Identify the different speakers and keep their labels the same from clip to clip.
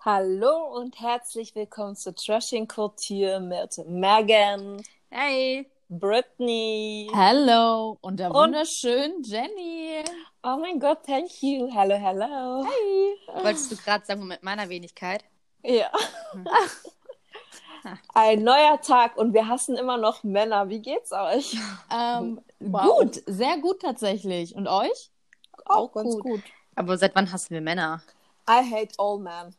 Speaker 1: Hallo und herzlich willkommen zu Trashing Couture mit Megan,
Speaker 2: Hey.
Speaker 1: Brittany.
Speaker 2: Hello. Und der
Speaker 1: Und-
Speaker 2: wunderschönen Jenny.
Speaker 1: Oh mein Gott, thank you. Hello, hello.
Speaker 3: Wolltest du gerade sagen, mit meiner Wenigkeit?
Speaker 1: Ja. Ein neuer Tag und wir hassen immer noch Männer. Wie geht's euch?
Speaker 2: Ähm,
Speaker 1: Wow.
Speaker 2: Gut, sehr gut tatsächlich. Und euch?
Speaker 3: Auch gut. Aber seit wann hassen wir Männer?
Speaker 1: I hate all men.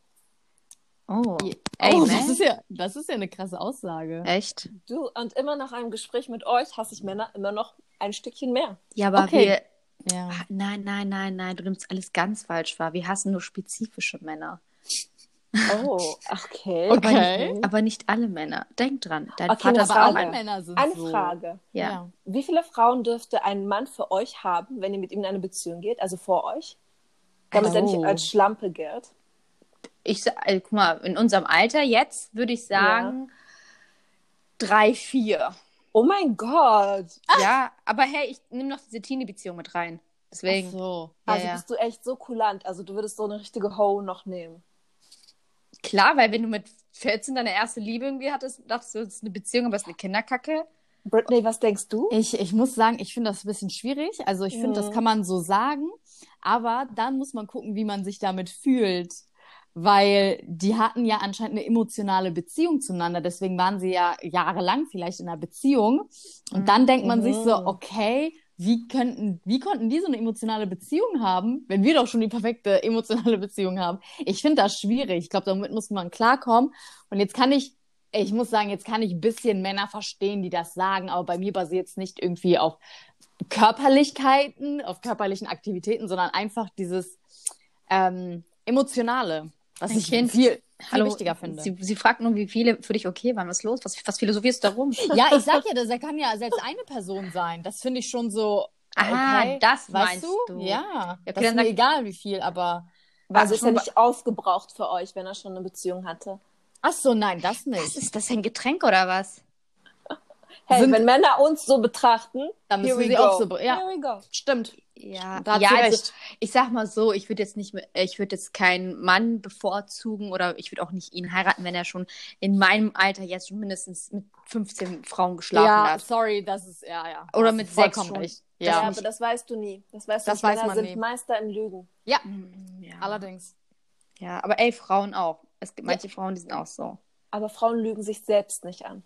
Speaker 3: Oh.
Speaker 2: Je-
Speaker 3: Ey,
Speaker 2: oh, das,
Speaker 3: man.
Speaker 2: ist ja, das ist ja eine krasse Aussage.
Speaker 3: Echt?
Speaker 1: Du, und immer nach einem Gespräch mit euch hasse ich Männer immer noch ein Stückchen mehr.
Speaker 3: Ja, aber
Speaker 2: Okay.
Speaker 3: wir.
Speaker 2: Ja.
Speaker 3: Ah, Nein, nein, nein, nein. Du nimmst alles ganz falsch wahr. Wir hassen nur spezifische Männer.
Speaker 1: Oh, okay.
Speaker 2: Okay.
Speaker 3: Aber nicht alle Männer. Denk dran. Dein
Speaker 1: Okay,
Speaker 3: Vater
Speaker 1: aber
Speaker 3: ist
Speaker 2: Aber
Speaker 3: auch
Speaker 2: alle
Speaker 1: Frage.
Speaker 3: ein.
Speaker 2: Männer sind
Speaker 1: Eine
Speaker 2: so.
Speaker 1: Frage.
Speaker 3: Ja.
Speaker 1: Wie viele Frauen dürfte ein Mann für euch haben, wenn ihr mit ihm in eine Beziehung geht, also vor euch? Damit er nicht
Speaker 2: Oh.
Speaker 1: als Schlampe gilt.
Speaker 3: Ich sa- also, guck mal, in unserem Alter jetzt würde ich sagen drei, vier.
Speaker 1: Oh mein Gott.
Speaker 3: Ja, aber hey, ich nehme noch diese Teenie-Beziehung mit rein. Deswegen.
Speaker 2: Ach so.
Speaker 3: Ja,
Speaker 1: Also
Speaker 3: ja.
Speaker 1: bist du echt so kulant. Also du würdest so eine richtige Ho noch nehmen.
Speaker 3: Klar, weil wenn du mit 14 deine erste Liebe irgendwie hattest, dachtest du, das ist eine Beziehung, aber es ist eine Kinderkacke.
Speaker 1: Britney, was denkst du?
Speaker 2: Ich, ich muss sagen, ich finde das ein bisschen schwierig. Also ich finde, das
Speaker 1: Mhm.
Speaker 2: kann man so sagen, aber dann muss man gucken, wie man sich damit fühlt. Weil die hatten ja anscheinend eine emotionale Beziehung zueinander, deswegen waren sie ja jahrelang vielleicht in einer Beziehung. Und
Speaker 3: Mhm.
Speaker 2: dann denkt man sich so,
Speaker 1: Mhm.
Speaker 2: okay, wie könnten, wie konnten die so eine emotionale Beziehung haben, wenn wir doch schon die perfekte emotionale Beziehung haben? Ich finde das schwierig. Ich glaube, damit muss man klarkommen. Und jetzt kann ich, ich muss sagen, jetzt kann ich ein bisschen Männer verstehen, die das sagen, aber bei mir basiert es nicht irgendwie auf Körperlichkeiten, auf körperlichen Aktivitäten, sondern einfach dieses ähm, Emotionale, was
Speaker 3: Ein
Speaker 2: ich
Speaker 3: Kind.
Speaker 2: viel, viel wichtiger finde.
Speaker 3: Sie, sie fragt nur, wie viele für dich okay waren. Was ist los? Was, was philosophierst du darum?
Speaker 2: Ja, ich sag ja, das er kann ja selbst eine Person sein. Das finde ich schon so.
Speaker 3: Aha, Ah,
Speaker 2: okay,
Speaker 3: das
Speaker 2: weißt
Speaker 3: meinst
Speaker 2: du?
Speaker 3: du.
Speaker 2: Ja,
Speaker 3: okay,
Speaker 2: das ist
Speaker 3: dann
Speaker 2: mir
Speaker 3: sag-
Speaker 2: egal, wie viel, aber.
Speaker 1: Also ist
Speaker 3: schon
Speaker 1: er nicht aufgebraucht für euch, wenn er schon eine Beziehung hatte.
Speaker 2: Ach so, nein,
Speaker 3: Was
Speaker 2: das nicht.
Speaker 3: ist das ein Getränk oder was?
Speaker 1: Hey,
Speaker 2: Sind-
Speaker 1: wenn Männer uns so betrachten,
Speaker 2: Dann müssen
Speaker 1: here
Speaker 2: wir
Speaker 1: we
Speaker 2: sie
Speaker 1: go.
Speaker 2: auch so. be- Ja,
Speaker 1: Here we go.
Speaker 2: stimmt.
Speaker 3: Ja,
Speaker 2: Da hat
Speaker 3: ja
Speaker 2: sie
Speaker 3: also,
Speaker 2: recht.
Speaker 3: ich sag mal so, ich würde jetzt nicht, mehr- ich würde jetzt keinen Mann bevorzugen oder ich würde auch nicht ihn heiraten, wenn er schon in meinem Alter jetzt schon mindestens mit 15 Frauen geschlafen
Speaker 2: ja,
Speaker 3: hat.
Speaker 2: sorry, das ist. Ja, ja.
Speaker 3: Oder
Speaker 2: Das
Speaker 3: mit
Speaker 2: ist
Speaker 3: sechs
Speaker 2: vollkommen
Speaker 3: schon.
Speaker 2: recht.
Speaker 3: Das
Speaker 1: Ja,
Speaker 2: Ja,
Speaker 1: aber das weißt du nie. Das weißt du
Speaker 2: Das
Speaker 1: nicht.
Speaker 2: weiß
Speaker 1: Männer
Speaker 2: man
Speaker 1: sind
Speaker 2: nie.
Speaker 1: Meister im Lügen.
Speaker 3: Hm, Ja.
Speaker 2: allerdings.
Speaker 3: ja, aber ey, Frauen auch. Es gibt manche Frauen, die sind auch so.
Speaker 1: Aber Frauen lügen sich selbst nicht an.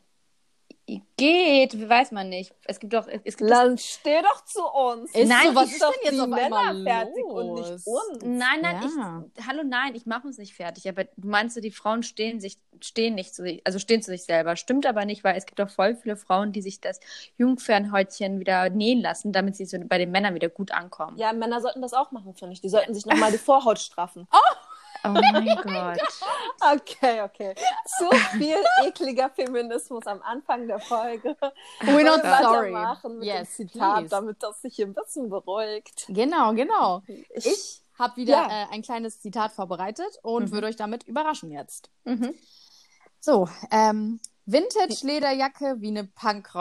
Speaker 3: Geht, weiß man nicht. Es gibt doch, es gibt
Speaker 1: Dann steh doch zu uns.
Speaker 2: Ist
Speaker 3: Nein,
Speaker 2: so, was
Speaker 1: Mach
Speaker 2: ist
Speaker 1: doch
Speaker 2: denn jetzt
Speaker 1: die
Speaker 2: auf einmal
Speaker 1: Männer fertig und
Speaker 2: los?
Speaker 1: nicht uns.
Speaker 3: Nein, nein,
Speaker 2: Ja.
Speaker 3: ich, hallo, nein, ich mache uns nicht fertig. Aber du meinst du, die Frauen stehen sich, stehen nicht zu sich, also stehen zu sich selber. Stimmt aber nicht, weil es gibt doch voll viele Frauen, die sich das Jungfernhäutchen wieder nähen lassen, damit sie so bei den Männern wieder gut ankommen.
Speaker 1: Ja, Männer sollten das auch machen, finde ich. Die sollten sich nochmal die Vorhaut straffen.
Speaker 3: Oh mein Gott.
Speaker 1: Okay, okay. Zu viel ekliger Feminismus am Anfang der Folge.
Speaker 2: We're not
Speaker 1: Wollen wir
Speaker 2: sorry.
Speaker 1: weitermachen Mit
Speaker 2: Yes,
Speaker 1: dem Zitat,
Speaker 2: please.
Speaker 1: damit das sich hier ein bisschen beruhigt.
Speaker 2: Genau, genau.
Speaker 1: Ich,
Speaker 2: Ich habe wieder
Speaker 1: Ja.
Speaker 2: äh, ein kleines Zitat vorbereitet und
Speaker 3: Mhm.
Speaker 2: würde euch damit überraschen jetzt.
Speaker 3: Mhm.
Speaker 2: So, ähm, Vintage-Lederjacke wie eine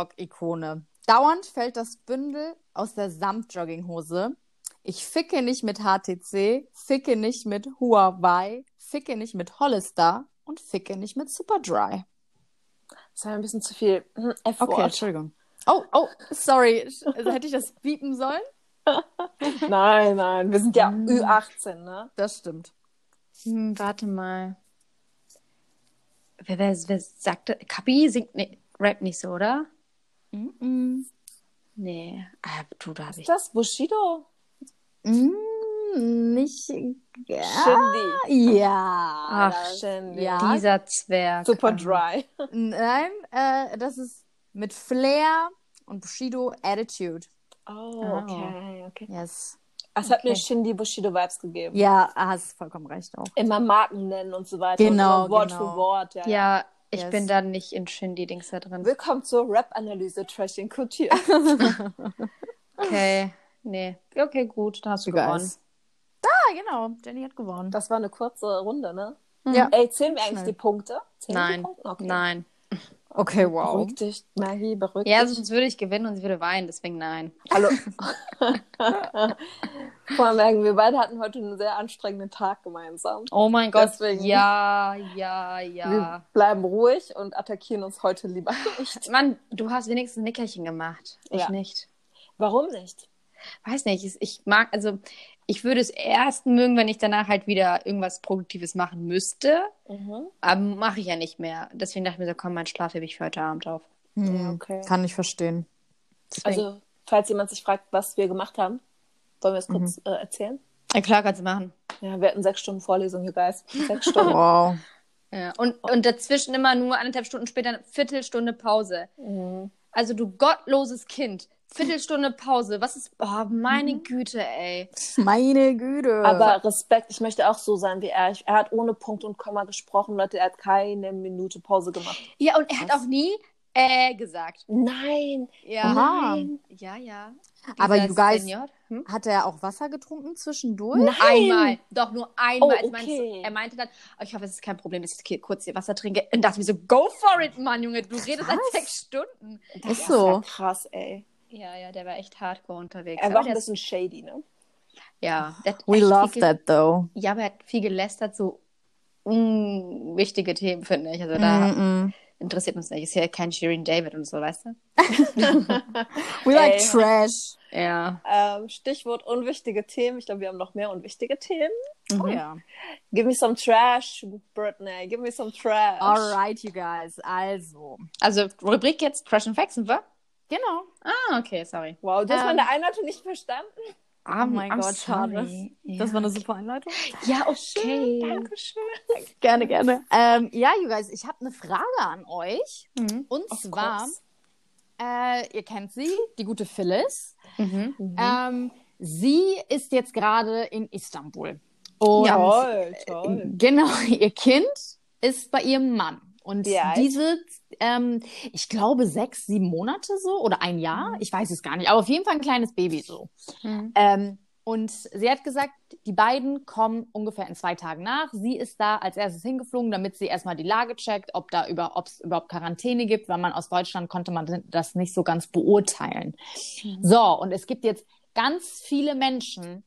Speaker 2: Punkrock-Ikone. Dauernd fällt das Bündel aus der Samtjogginghose. Ich ficke nicht mit HTC, ficke nicht mit Huawei, ficke nicht mit Hollister und ficke nicht mit Superdry.
Speaker 1: das war ein bisschen zu viel. Hm,
Speaker 2: Okay,
Speaker 1: F-Wort.
Speaker 2: Entschuldigung. Oh, oh, sorry. Also, hätte ich das biepen sollen?
Speaker 1: Nein, nein, wir sind ja
Speaker 3: Hm.
Speaker 1: Ü18, ne?
Speaker 2: Das stimmt.
Speaker 3: Hm, warte mal. Wer, wer, wer sagt das? Kabi singt, nee, rappt nicht so, oder?
Speaker 2: Mm
Speaker 3: Nee. Ah, du, da habe
Speaker 1: Ist
Speaker 3: ich.
Speaker 1: das Bushido?
Speaker 2: Mm, nicht. Ja.
Speaker 1: Shindy.
Speaker 2: ja.
Speaker 3: Ach,
Speaker 1: Shindy.
Speaker 2: Ja.
Speaker 3: Dieser Zwerg.
Speaker 1: Super
Speaker 3: Ähm,
Speaker 1: dry.
Speaker 2: Nein, äh, das ist mit Flair und Bushido Attitude.
Speaker 1: Oh,
Speaker 3: Oh.
Speaker 1: okay, okay.
Speaker 2: Yes.
Speaker 1: Es hat mir Shindy Bushido Vibes gegeben.
Speaker 2: Ja, ah, hast vollkommen recht auch.
Speaker 1: Immer Marken nennen und so weiter.
Speaker 2: Genau,
Speaker 1: und immer Wort
Speaker 2: genau.
Speaker 1: für Wort. Ja. ja.
Speaker 3: Ja, ich
Speaker 2: Yes.
Speaker 3: bin da nicht in Shindy-Dings da drin.
Speaker 1: Willkommen zur Rap-Analyse Trashing Couture.
Speaker 3: Okay, nee. Okay, gut, da hast du gewonnen.
Speaker 2: Ah, genau. Jenny hat gewonnen.
Speaker 1: Das war eine kurze Runde, ne?
Speaker 2: Ja.
Speaker 1: Ey, zählen wir eigentlich
Speaker 2: Schnell.
Speaker 1: die Punkte? Zählen wir Die
Speaker 3: Nein,
Speaker 1: Punkte? Okay.
Speaker 3: nein.
Speaker 2: Okay, wow.
Speaker 1: Beruhig dich, Maggie, beruhig
Speaker 3: Ja, also
Speaker 1: dich.
Speaker 3: sonst würde ich gewinnen und sie würde weinen, deswegen nein.
Speaker 1: Hallo. Vor allem merken, wir beide hatten heute einen sehr anstrengenden Tag gemeinsam.
Speaker 3: Oh mein Gott.
Speaker 1: Deswegen.
Speaker 3: Ja, ja, ja.
Speaker 1: Wir bleiben ruhig und attackieren uns heute lieber nicht.
Speaker 3: Mann, du hast wenigstens ein Nickerchen gemacht. Ich
Speaker 1: Ja.
Speaker 3: nicht.
Speaker 1: Warum nicht?
Speaker 3: Weiß nicht, ich, ich mag, also ich würde es erst mögen, wenn ich danach halt wieder irgendwas Produktives machen müsste.
Speaker 1: Mhm.
Speaker 3: Aber mache ich ja nicht mehr. Deswegen dachte ich mir so, komm, mein Schlaf hebe ich für heute Abend auf.
Speaker 1: Ja, okay.
Speaker 2: Hm, Kann ich verstehen.
Speaker 3: Deswegen.
Speaker 1: Also, falls jemand sich fragt, was wir gemacht haben, wollen wir es kurz äh, erzählen?
Speaker 3: ja, klar kannst du machen.
Speaker 1: Ja, wir hatten sechs Stunden Vorlesung, you guys. Sechs Stunden.
Speaker 2: Wow.
Speaker 3: Ja. Und, und dazwischen immer nur anderthalb Stunden später eine Viertelstunde Pause.
Speaker 1: mhm.
Speaker 3: Also du gottloses Kind. Viertelstunde Pause. Was ist. Oh, meine Güte, ey.
Speaker 2: Meine Güte.
Speaker 1: Aber Respekt, ich möchte auch so sein wie er. Ich, er hat ohne Punkt und Komma gesprochen, Leute. Er hat keine Minute Pause gemacht.
Speaker 3: Ja, und er hat auch nie äh gesagt.
Speaker 1: Nein.
Speaker 3: Ja.
Speaker 2: Oha.
Speaker 3: Nein. Ja, ja.
Speaker 2: Aber
Speaker 3: Dieser
Speaker 2: you guys-
Speaker 3: Senior. Hm?
Speaker 2: hat er auch Wasser getrunken zwischendurch?
Speaker 1: Nein.
Speaker 3: Einmal, doch nur einmal.
Speaker 1: Oh,
Speaker 3: Ich meinte,
Speaker 1: okay.
Speaker 3: er meinte dann, oh, ich hoffe, es ist kein Problem, dass ich jetzt hier kurz hier Wasser trinke. Und dachte mir so, go for it, Mann, Junge, du redest seit sechs Stunden.
Speaker 1: Das
Speaker 2: Ist so.
Speaker 1: Ja krass, ey.
Speaker 3: Ja, ja, der war echt hardcore unterwegs.
Speaker 1: Er war auch
Speaker 3: der
Speaker 1: ein bisschen shady, ne?
Speaker 3: ja, der hat
Speaker 2: We
Speaker 3: echt
Speaker 2: love
Speaker 3: viel ge-
Speaker 2: that though.
Speaker 3: Ja, aber er hat viel gelästert, so mm, wichtige Themen, finde ich. Also da
Speaker 2: Mm-mm.
Speaker 3: interessiert uns nicht. Ist ja kein Shirin David und so, weißt du?
Speaker 2: We like
Speaker 1: Ey.
Speaker 2: trash.
Speaker 3: Ja.
Speaker 1: Ähm, Stichwort unwichtige Themen. Ich glaube, wir haben noch mehr unwichtige Themen.
Speaker 3: Mhm.
Speaker 2: Oh ja.
Speaker 1: Give me some trash, Britney. Give me some trash.
Speaker 2: Alright, you guys. Also.
Speaker 3: Also, Rubrik jetzt, Trash and Facts, und was?
Speaker 2: Genau.
Speaker 3: Ah, okay, sorry.
Speaker 1: Wow, das
Speaker 2: Ähm.
Speaker 1: war in der Einheit nicht verstanden.
Speaker 2: Oh mein Gott, schade.
Speaker 3: sorry. Ja.
Speaker 2: Das war eine super Einleitung.
Speaker 3: ja, okay.
Speaker 1: Dankeschön.
Speaker 2: Gerne, gerne. Ähm, ja, you guys, ich habe eine Frage an euch.
Speaker 3: Mhm.
Speaker 2: Und
Speaker 1: Of
Speaker 2: zwar,
Speaker 1: course.
Speaker 2: äh, ihr kennt sie, die gute Phyllis.
Speaker 3: Mhm.
Speaker 2: Ähm, sie ist jetzt gerade in Istanbul. Und
Speaker 1: Toll, toll.
Speaker 2: Genau, ihr Kind ist bei ihrem Mann. Und
Speaker 1: Wie alt?
Speaker 2: diese, ähm, ich glaube, sechs, sieben Monate so oder ein Jahr,
Speaker 1: Mhm.
Speaker 2: ich weiß es gar nicht, aber auf jeden Fall ein kleines Baby so.
Speaker 3: Mhm.
Speaker 2: Ähm, und sie hat gesagt, die beiden kommen ungefähr in zwei Tagen nach. Sie ist da als erstes hingeflogen, damit sie erstmal die Lage checkt, ob da über, ob es überhaupt Quarantäne gibt, weil man aus Deutschland konnte man das nicht so ganz beurteilen.
Speaker 1: Mhm.
Speaker 2: So, und es gibt jetzt ganz viele Menschen,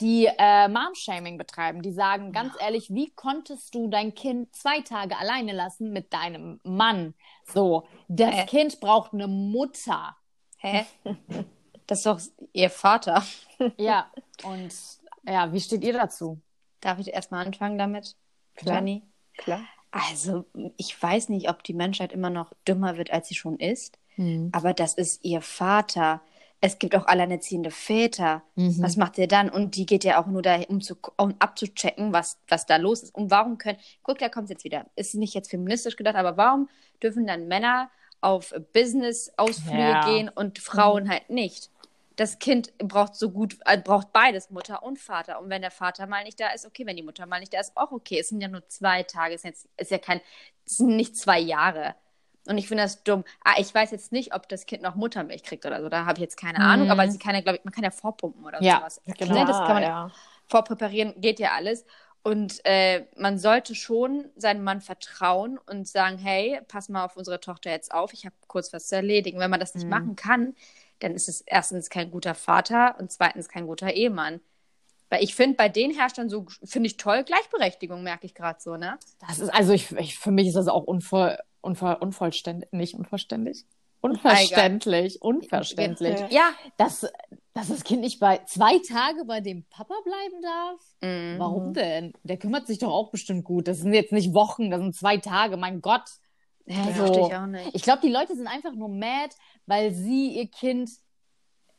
Speaker 2: die äh, Mom-Shaming betreiben, die sagen, ganz ehrlich, wie konntest du dein Kind zwei Tage alleine lassen mit deinem Mann? So, das
Speaker 3: Äh.
Speaker 2: Kind braucht eine Mutter.
Speaker 3: Hä? Das ist doch ihr Vater.
Speaker 2: Ja, und ja, wie steht ihr dazu?
Speaker 3: Darf ich erstmal anfangen damit?
Speaker 2: Klar.
Speaker 3: Jenny?
Speaker 1: Klar.
Speaker 3: Also, ich weiß nicht, ob die Menschheit immer noch dümmer wird, als sie schon ist,
Speaker 2: Mhm.
Speaker 3: aber das ist ihr Vater. Es gibt auch alleinerziehende Väter.
Speaker 2: Mhm.
Speaker 3: Was macht ihr dann? Und die geht ja auch nur dahin, um, zu, um abzuchecken, was, was da los ist. Und warum können, guck, da kommt es jetzt wieder. Ist nicht jetzt feministisch gedacht, aber warum dürfen dann Männer auf Business-Ausflüge
Speaker 2: Ja. Mhm.
Speaker 3: gehen und Frauen halt nicht? Das Kind braucht so gut, äh, braucht beides, Mutter und Vater. Und wenn der Vater mal nicht da ist, okay. Wenn die Mutter mal nicht da ist, auch okay. Es sind ja nur zwei Tage. Es sind, jetzt, ist ja kein, es sind nicht zwei Jahre. Und ich finde das dumm. Ah, ich weiß jetzt nicht, ob das Kind noch Muttermilch kriegt oder so. Da habe ich jetzt keine Ahnung.
Speaker 2: Mhm.
Speaker 3: Aber sie kann ja, glaube ich, man kann ja vorpumpen oder
Speaker 2: Ja,
Speaker 3: sowas.
Speaker 2: genau.
Speaker 3: Ne, das kann man
Speaker 1: ja.
Speaker 3: vorpräparieren, geht ja alles. Und äh, man sollte schon seinem Mann vertrauen und sagen, hey, pass mal auf unsere Tochter jetzt auf, ich habe kurz was zu erledigen. Wenn man das nicht
Speaker 2: Mhm.
Speaker 3: machen kann, dann ist es erstens kein guter Vater und zweitens kein guter Ehemann. Weil ich finde, bei den Herrschern so, finde ich toll, Gleichberechtigung merke ich gerade so, ne?
Speaker 2: Das ist, also ich, ich, für mich ist das auch unvoll, unvoll, unvollständig, nicht unvollständig. Unverständlich, unverständlich.
Speaker 1: Ja.
Speaker 3: Ja.
Speaker 2: Dass, dass das Kind nicht bei zwei Tage bei dem Papa bleiben darf?
Speaker 3: Mhm.
Speaker 2: Warum denn? Der kümmert sich doch auch bestimmt gut. Das sind jetzt nicht Wochen, das sind zwei Tage. Mein Gott.
Speaker 3: Mhm. Ja, das
Speaker 2: Also-
Speaker 3: verstehe ich auch nicht.
Speaker 2: Ich glaube, die Leute sind einfach nur mad, weil sie ihr Kind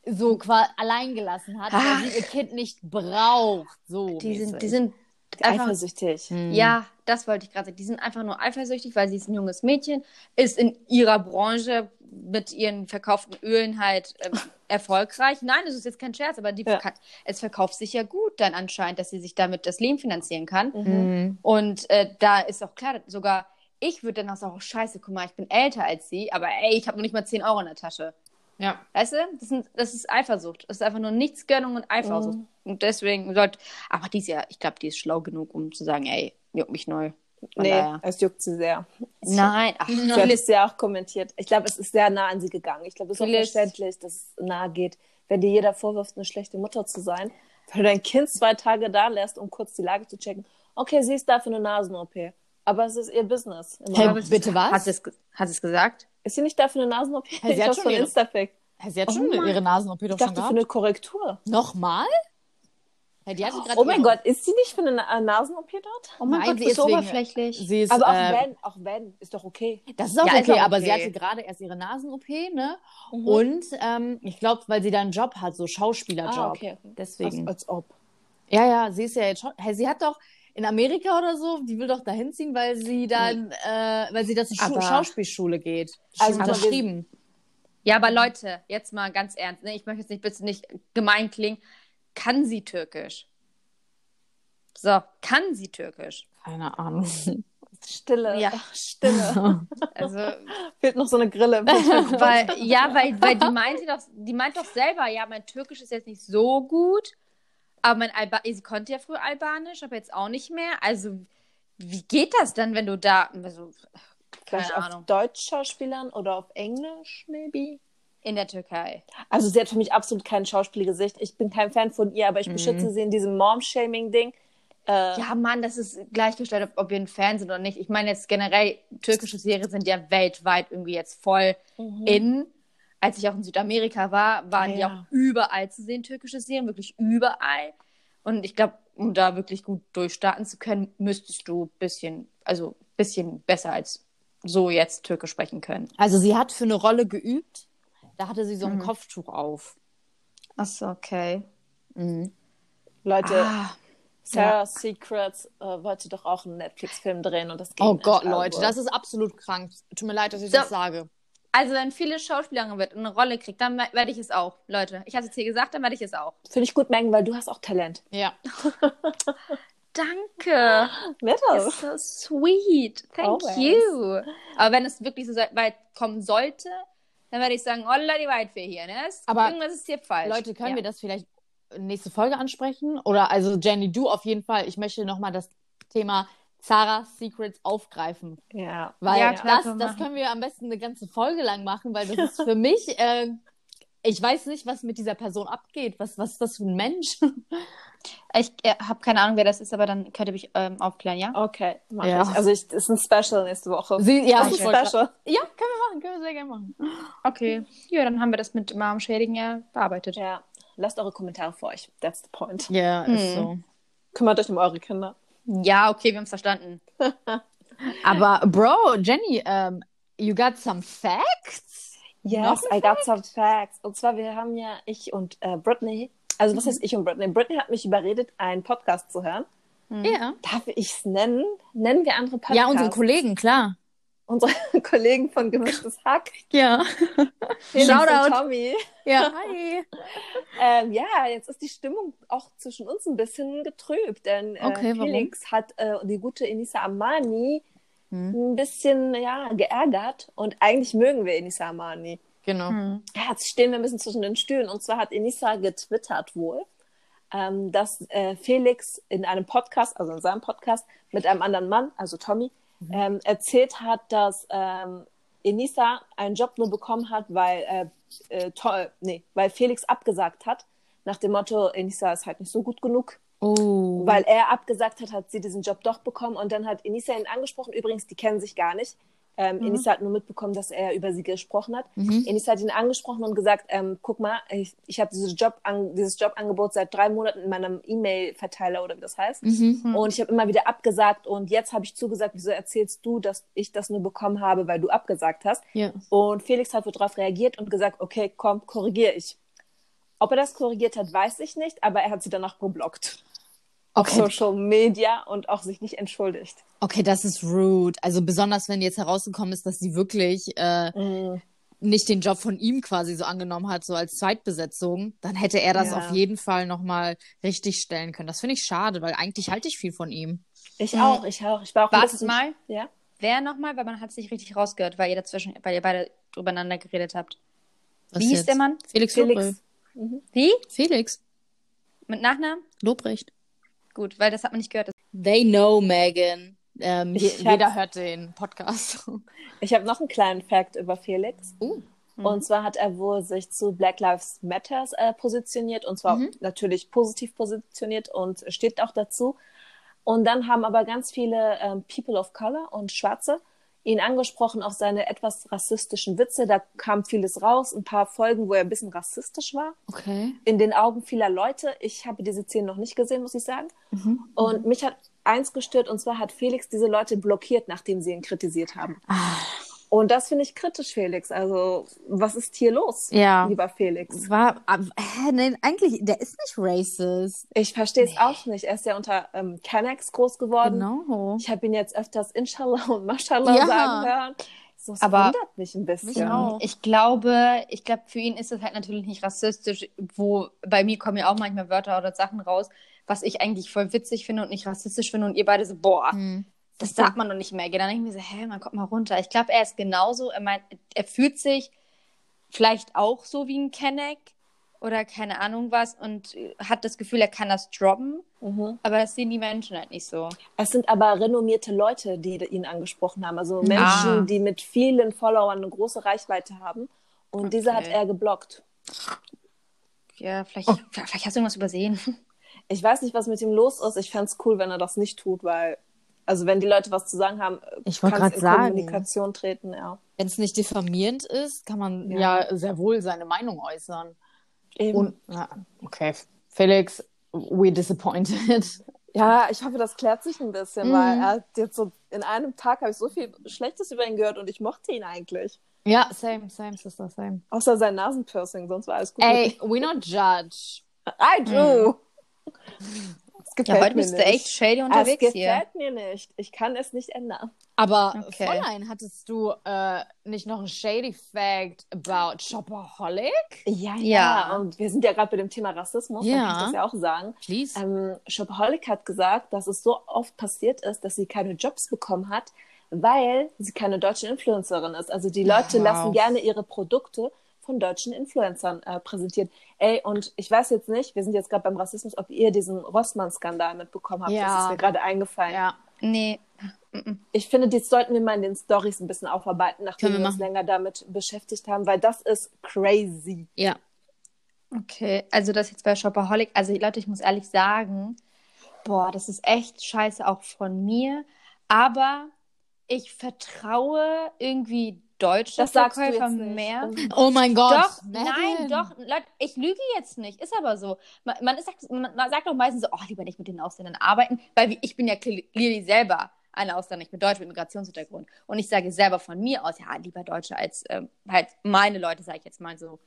Speaker 2: so qua- allein gelassen hat,
Speaker 3: Ach.
Speaker 2: weil sie ihr Kind nicht braucht. So.
Speaker 3: Die sind, die
Speaker 2: mäßig.
Speaker 3: sind einfach
Speaker 1: Eifersüchtig.
Speaker 2: Hm.
Speaker 3: Ja, das wollte ich gerade sagen. Die sind einfach nur eifersüchtig, weil sie ist ein junges Mädchen, ist in ihrer Branche mit ihren verkauften Ölen halt ähm, erfolgreich. Nein, das ist jetzt kein Scherz, aber die
Speaker 1: Ja.
Speaker 3: kann, es verkauft sich ja gut dann anscheinend, dass sie sich damit das Leben finanzieren kann.
Speaker 1: Mhm.
Speaker 2: Mhm.
Speaker 3: Und äh, da ist auch klar, sogar ich würde dann auch sagen, oh, scheiße, guck mal, ich bin älter als sie, aber ey, ich habe noch nicht mal 10 Euro in der Tasche.
Speaker 2: Ja.
Speaker 3: Weißt du, das, sind, das ist Eifersucht. Das ist einfach nur Nichtsgönnung und Eifersucht.
Speaker 1: Mhm.
Speaker 3: Und deswegen sollte, aber die ist ja, ich glaube, die ist schlau genug, um zu sagen, ey, juckt mich neu. Von
Speaker 1: Nee,
Speaker 3: daher.
Speaker 1: es juckt sie sehr.
Speaker 3: Nein, ach,
Speaker 1: Sie hat es ja auch kommentiert. Ich glaube, es ist sehr nah an sie gegangen. Ich glaube, es ist auch
Speaker 3: Phyllis.
Speaker 1: verständlich, dass es nahe geht. wenn dir jeder vorwirft, eine schlechte Mutter zu sein, weil du dein Kind zwei Tage da lässt, um kurz die Lage zu checken. Okay, sie ist da für eine Nasen-OP. Aber es ist ihr Business. Immer
Speaker 2: Hey,
Speaker 1: noch.
Speaker 2: bitte was?
Speaker 3: Hat sie es, ge- hat sie es gesagt?
Speaker 1: Ist sie nicht da für eine Nasen-OP?
Speaker 2: sie
Speaker 1: Ich
Speaker 2: hat
Speaker 1: hab's
Speaker 2: schon
Speaker 1: von
Speaker 2: ihre-
Speaker 1: Instapic.
Speaker 2: Sie hat
Speaker 1: Oh
Speaker 2: schon
Speaker 1: Mann.
Speaker 2: ihre Nasen-OP doch
Speaker 1: Ich
Speaker 2: schon
Speaker 1: dachte, für
Speaker 2: gehabt.
Speaker 1: eine Korrektur.
Speaker 2: Nochmal? Ja, die hatte gerade
Speaker 1: Oh mein
Speaker 2: ihre-
Speaker 1: Gott, ist sie nicht für eine Na- Nasen-OP dort?
Speaker 3: Oh mein
Speaker 2: Nein,
Speaker 3: Gott, das
Speaker 2: sie ist
Speaker 3: ist so
Speaker 2: wegen-
Speaker 3: oberflächlich.
Speaker 2: Sie ist,
Speaker 1: Aber auch
Speaker 2: äh,
Speaker 1: wenn, auch wenn, ist doch okay.
Speaker 2: Das ist auch
Speaker 3: Ja,
Speaker 2: okay,
Speaker 3: ist auch
Speaker 2: aber sie
Speaker 3: okay.
Speaker 2: hatte gerade erst ihre Nasen-OP, ne?
Speaker 1: Mhm.
Speaker 2: Und ähm, ich glaube, weil sie da einen Job hat, so Schauspielerjob.
Speaker 1: Ah, okay, okay.
Speaker 2: Deswegen.
Speaker 1: Als, als ob.
Speaker 2: Ja, ja, sie ist ja jetzt schon. Hey, sie hat doch in Amerika oder so, die will doch dahin ziehen, weil sie dann, äh, weil sie da zur Schu
Speaker 3: Aber-
Speaker 2: Schauspielschule geht.
Speaker 1: Also,
Speaker 2: Also unterschrieben.
Speaker 3: Ja, aber Leute, jetzt mal ganz ernst. Ne? Ich möchte jetzt nicht bitte nicht gemein klingen. Kann sie Türkisch? So, kann sie Türkisch?
Speaker 2: Keine Ahnung.
Speaker 1: Stille.
Speaker 3: Ja.
Speaker 1: Ach, Stille.
Speaker 3: Also,
Speaker 1: Fehlt noch so eine Grille im Hintergrund.
Speaker 3: weil, ja, weil, weil die meinte doch, die meint doch selber, ja, mein Türkisch ist jetzt nicht so gut, aber mein Alba sie konnte ja früher Albanisch, aber jetzt auch nicht mehr. Also, wie geht das dann, wenn du da, also,
Speaker 1: Vielleicht
Speaker 3: keine
Speaker 1: auf
Speaker 3: Ahnung,
Speaker 1: Deutsch-Schauspielern oder auf Englisch, maybe?
Speaker 3: in der Türkei?
Speaker 1: Also sie hat für mich absolut kein Schauspielgesicht. Ich bin kein Fan von ihr, aber ich
Speaker 2: Mhm.
Speaker 1: beschütze sie in diesem Mom-Shaming-Ding. Äh,
Speaker 3: Ja, Mann, das ist gleichgestellt, ob, ob wir ein Fan sind oder nicht. Ich meine jetzt generell, türkische Serien sind ja weltweit irgendwie jetzt voll in. Als ich auch in Südamerika war,
Speaker 1: Ja.
Speaker 3: waren die auch überall zu sehen, türkische Serien, wirklich überall. Und ich glaube, um da wirklich gut durchstarten zu können, müsstest du ein bisschen, also ein bisschen besser als so jetzt Türkisch sprechen können.
Speaker 2: Also sie hat für eine Rolle geübt. Da hatte sie so ein Kopftuch auf.
Speaker 3: Achso, okay.
Speaker 1: Leute,
Speaker 3: Ah,
Speaker 1: Sarah Secrets äh, wollte doch auch einen Netflix-Film drehen und das geht
Speaker 2: Oh
Speaker 1: nicht.
Speaker 2: Gott,
Speaker 1: Also,
Speaker 2: Leute, das ist absolut krank. Tut mir leid, dass ich
Speaker 3: So.
Speaker 2: das sage.
Speaker 3: also wenn viele Schauspielerinnen wird und eine Rolle kriegt, dann we- werde ich es auch, Leute. Ich habe es jetzt hier gesagt, dann werde ich es auch.
Speaker 1: Finde ich gut, Megan, weil du hast auch Talent.
Speaker 2: Ja.
Speaker 3: Danke.
Speaker 1: Metal.
Speaker 3: It's so sweet. Thank
Speaker 1: Always.
Speaker 3: you. Aber wenn es wirklich so se- weit kommen sollte, dann werde ich sagen, olla die Waldfee hier, ne? Es-
Speaker 2: Aber
Speaker 3: Irgendwas ist hier falsch.
Speaker 2: Leute, können
Speaker 3: ja.
Speaker 2: wir das vielleicht nächste Folge ansprechen? Oder also Jenny, du auf jeden Fall. Ich möchte nochmal das Thema Sarah's Secrets aufgreifen.
Speaker 1: Ja.
Speaker 2: Weil
Speaker 3: Ja, klar,
Speaker 2: das,
Speaker 3: können wir
Speaker 2: das
Speaker 3: machen.
Speaker 2: können wir am besten eine ganze Folge lang machen, weil das ist für mich, äh, ich weiß nicht, was mit dieser Person abgeht. Was, was ist das für ein Mensch?
Speaker 3: Ich äh, habe keine Ahnung, wer das ist, aber dann könnt ihr mich ähm, aufklären, ja?
Speaker 1: Okay, mach
Speaker 2: Ja.
Speaker 1: ich. Also ich, ist ein Special nächste Woche.
Speaker 2: Sie, ja,
Speaker 1: das
Speaker 2: ich
Speaker 1: ist ein
Speaker 2: wollte-
Speaker 1: Special.
Speaker 2: ja, können wir machen, können wir sehr gerne machen.
Speaker 3: Okay. Ja, dann haben wir das mit Mom Schädigen ja bearbeitet.
Speaker 1: Ja. Lasst eure Kommentare vor euch. That's the point.
Speaker 2: Ja, ist so.
Speaker 1: Kümmert euch um eure Kinder.
Speaker 3: Ja, okay, wir haben es verstanden.
Speaker 2: Aber Bro, Jenny, ähm, you got some facts?
Speaker 1: Yes, I got some facts. Und zwar, wir haben ja, ich und äh, Britney, also
Speaker 2: Mhm.
Speaker 1: was heißt ich und Britney? Britney hat mich überredet, einen Podcast zu hören.
Speaker 2: Ja.
Speaker 1: Darf ich es nennen? Nennen wir andere Podcasts?
Speaker 2: Ja, unsere Kollegen, klar.
Speaker 1: unsere Kollegen von Gemischtes Hack.
Speaker 2: Ja.
Speaker 1: Felix
Speaker 2: Shoutout.
Speaker 1: Und Tommy.
Speaker 2: Ja. Hi.
Speaker 1: Ähm, ja, jetzt ist die Stimmung auch zwischen uns ein bisschen getrübt, denn äh,
Speaker 2: Okay, warum?
Speaker 1: Felix hat äh, die gute Enisa Amani
Speaker 2: Hm.
Speaker 1: ein bisschen ja, geärgert und eigentlich mögen wir Enisa Amani.
Speaker 2: Genau.
Speaker 1: Ja, jetzt stehen wir ein bisschen zwischen den Stühlen. Und zwar hat Enisa getwittert wohl, ähm, dass äh, Felix in einem Podcast, also in seinem Podcast, mit einem anderen Mann, also Tommy, ähm, erzählt hat, dass ähm, Enisa einen Job nur bekommen hat, weil, äh, äh, to- nee, weil Felix abgesagt hat. Nach dem Motto, Enisa ist halt nicht so gut genug.
Speaker 2: Oh.
Speaker 1: Weil er abgesagt hat, hat sie diesen Job doch bekommen und dann hat Enisa ihn angesprochen. Übrigens, die kennen sich gar nicht. Ähm, Enisa hat nur mitbekommen, dass er über sie gesprochen hat. Enisa hat ihn angesprochen und gesagt, ähm, guck mal, ich, ich habe dieses, Job an, dieses Jobangebot seit drei Monaten in meinem E-Mail-Verteiler oder wie das heißt. Und ich habe immer wieder abgesagt und jetzt habe ich zugesagt, wieso erzählst du, dass ich das nur bekommen habe, weil du abgesagt hast.
Speaker 2: Ja.
Speaker 1: Und Felix hat wohl darauf reagiert und gesagt, okay, komm, korrigiere ich. Ob er das korrigiert hat, weiß ich nicht, aber er hat sie danach geblockt auf
Speaker 2: Okay.
Speaker 1: Social Media und auch sich nicht entschuldigt.
Speaker 2: okay, das ist rude. Also besonders, wenn jetzt herausgekommen ist, dass sie wirklich äh, nicht den Job von ihm quasi so angenommen hat, so als Zweitbesetzung, dann hätte er das
Speaker 1: Ja.
Speaker 2: auf jeden Fall nochmal richtig stellen können. Das finde ich schade, weil eigentlich halte ich viel von ihm.
Speaker 1: Ich auch, ich auch. Ich war auch ein
Speaker 3: Wartet
Speaker 1: bisschen-
Speaker 3: mal.
Speaker 1: Ja.
Speaker 3: Wer nochmal? Weil man hat es nicht richtig rausgehört, weil ihr dazwischen, weil ihr beide drübereinander geredet habt.
Speaker 2: Was
Speaker 3: Wie hieß der Mann?
Speaker 2: Felix,
Speaker 1: Felix.
Speaker 2: Lobrecht.
Speaker 3: Wie?
Speaker 2: Felix
Speaker 3: Mit Nachnamen?
Speaker 2: Lobrecht.
Speaker 3: Gut, weil das hat man nicht gehört.
Speaker 2: They know Megan. Ähm, je,
Speaker 1: Ich hab's-
Speaker 2: jeder hört den Podcast.
Speaker 1: Ich habe noch einen kleinen Fact über Felix.
Speaker 2: Uh.
Speaker 1: Und zwar hat er wohl sich zu Black Lives Matters äh, positioniert und zwar natürlich positiv positioniert und steht auch dazu. Und dann haben aber ganz viele ähm, People of Color und Schwarze ihn angesprochen auf seine etwas rassistischen Witze. Da kam vieles raus, ein paar Folgen, wo er ein bisschen rassistisch war.
Speaker 2: Okay.
Speaker 1: In den Augen vieler Leute. Ich habe diese Szene noch nicht gesehen, muss ich sagen.
Speaker 2: Mhm.
Speaker 1: Und mich hat eins gestört, und zwar hat Felix diese Leute blockiert, nachdem sie ihn kritisiert haben.
Speaker 2: Ah.
Speaker 1: Und das finde ich kritisch, Felix. Also, was ist hier los,
Speaker 2: Ja.
Speaker 1: lieber Felix?
Speaker 2: War, ab- hä, nein, eigentlich, der ist nicht racist.
Speaker 1: Ich verstehe es auch nicht. Er ist ja unter ähm, Canex groß geworden.
Speaker 2: Genau.
Speaker 1: Ich habe ihn jetzt öfters Inshallah und Mashallah
Speaker 2: Ja.
Speaker 1: sagen hören. So, das
Speaker 3: Aber-
Speaker 1: wundert mich ein bisschen.
Speaker 2: Mich auch.
Speaker 3: Ich glaube, ich glaube, für ihn ist es halt natürlich nicht rassistisch, wo bei mir kommen ja auch manchmal Wörter oder Sachen raus, was ich eigentlich voll witzig finde und nicht rassistisch finde und ihr beide so, boah,
Speaker 2: Hm.
Speaker 3: das sagt man doch nicht mehr. Dann denke ich mir so, hä, man kommt mal runter. Ich glaube, er ist genauso, er meint, er fühlt sich vielleicht auch so wie ein Kenneck oder keine Ahnung was und äh, hat das Gefühl, er kann das droppen,
Speaker 1: Mhm.
Speaker 3: aber das sehen die Menschen halt nicht so.
Speaker 1: Es sind aber renommierte Leute, die ihn angesprochen haben. Also Menschen,
Speaker 3: Ah.
Speaker 1: die mit vielen Followern eine große Reichweite haben. Und diese hat
Speaker 3: Okay.
Speaker 1: er geblockt.
Speaker 3: Ja, vielleicht,
Speaker 1: Oh.
Speaker 3: vielleicht hast du irgendwas übersehen.
Speaker 1: Ich weiß nicht, was mit ihm los ist. Ich fände es cool, wenn er das nicht tut, weil, also wenn die Leute was zu sagen haben,
Speaker 2: Ich wollte
Speaker 1: kann es
Speaker 2: gerade
Speaker 1: in
Speaker 2: sagen,
Speaker 1: Kommunikation treten. Ja.
Speaker 2: wenn es nicht diffamierend ist, kann man
Speaker 1: Ja.
Speaker 2: ja, sehr wohl seine Meinung äußern.
Speaker 1: Eben.
Speaker 2: Und, na, okay, Felix, we disappointed.
Speaker 1: Ja, ich hoffe, das klärt sich ein bisschen,
Speaker 2: Mhm.
Speaker 1: weil er hat jetzt so in einem Tag habe ich so viel Schlechtes über ihn gehört und ich mochte ihn eigentlich.
Speaker 2: Ja, same, same, sister, same.
Speaker 1: Außer sein Nasenpiercing, sonst war alles gut.
Speaker 2: Ey, we not judge.
Speaker 1: I do. Es gefällt
Speaker 3: Mhm. Ja, heute
Speaker 1: mir
Speaker 3: bist du
Speaker 1: nicht.
Speaker 3: echt shady unterwegs
Speaker 1: es
Speaker 3: hier.
Speaker 1: gefällt mir nicht. Ich kann es nicht ändern.
Speaker 2: Aber
Speaker 3: Okay.
Speaker 2: Fräulein, hattest du äh, nicht noch einen shady fact about Shopaholic?
Speaker 1: Ja,
Speaker 3: Ja.
Speaker 1: Und wir sind ja gerade bei dem Thema Rassismus,
Speaker 2: Ja.
Speaker 1: dann kann ich das ja auch sagen.
Speaker 2: Please.
Speaker 1: Ähm, Shopaholic hat gesagt, dass es so oft passiert ist, dass sie keine Jobs bekommen hat, weil sie keine deutsche Influencerin ist. Also die Leute
Speaker 2: Wow.
Speaker 1: lassen gerne ihre Produkte von deutschen Influencern äh, präsentieren. Ey, und ich weiß jetzt nicht, wir sind jetzt gerade beim Rassismus, ob ihr diesen Rossmann-Skandal mitbekommen habt.
Speaker 2: Ja.
Speaker 1: Das ist mir gerade eingefallen.
Speaker 2: Äh, ja.
Speaker 3: Nee. Mhm.
Speaker 1: Ich finde, das sollten wir mal in den Stories ein bisschen aufarbeiten, nachdem
Speaker 2: Können
Speaker 1: wir,
Speaker 2: wir
Speaker 1: uns
Speaker 2: machen.
Speaker 1: länger damit beschäftigt haben, weil das ist crazy.
Speaker 2: Ja.
Speaker 3: Okay, also das jetzt bei Shopaholic. Also Leute, ich muss ehrlich sagen, boah, das ist echt scheiße auch von mir. Aber ich vertraue irgendwie deutschen
Speaker 1: Das sagst du
Speaker 3: Verkäufer
Speaker 1: jetzt nicht. Mhm.
Speaker 3: mehr.
Speaker 1: Und
Speaker 2: Oh mein Gott.
Speaker 3: Doch, nein,
Speaker 2: Megan.
Speaker 3: doch, Leute, ich lüge jetzt nicht, ist aber so. Man, man, ist, man, man sagt doch meistens so, oh, lieber nicht mit den Ausländern arbeiten, weil wie- ich bin ja cl- clearly selber eine Ausländerin, ich bin Deutsch mit Migrationshintergrund. Und ich sage selber von mir aus, ja, lieber Deutsche als ähm, halt meine Leute, sage ich jetzt mal so.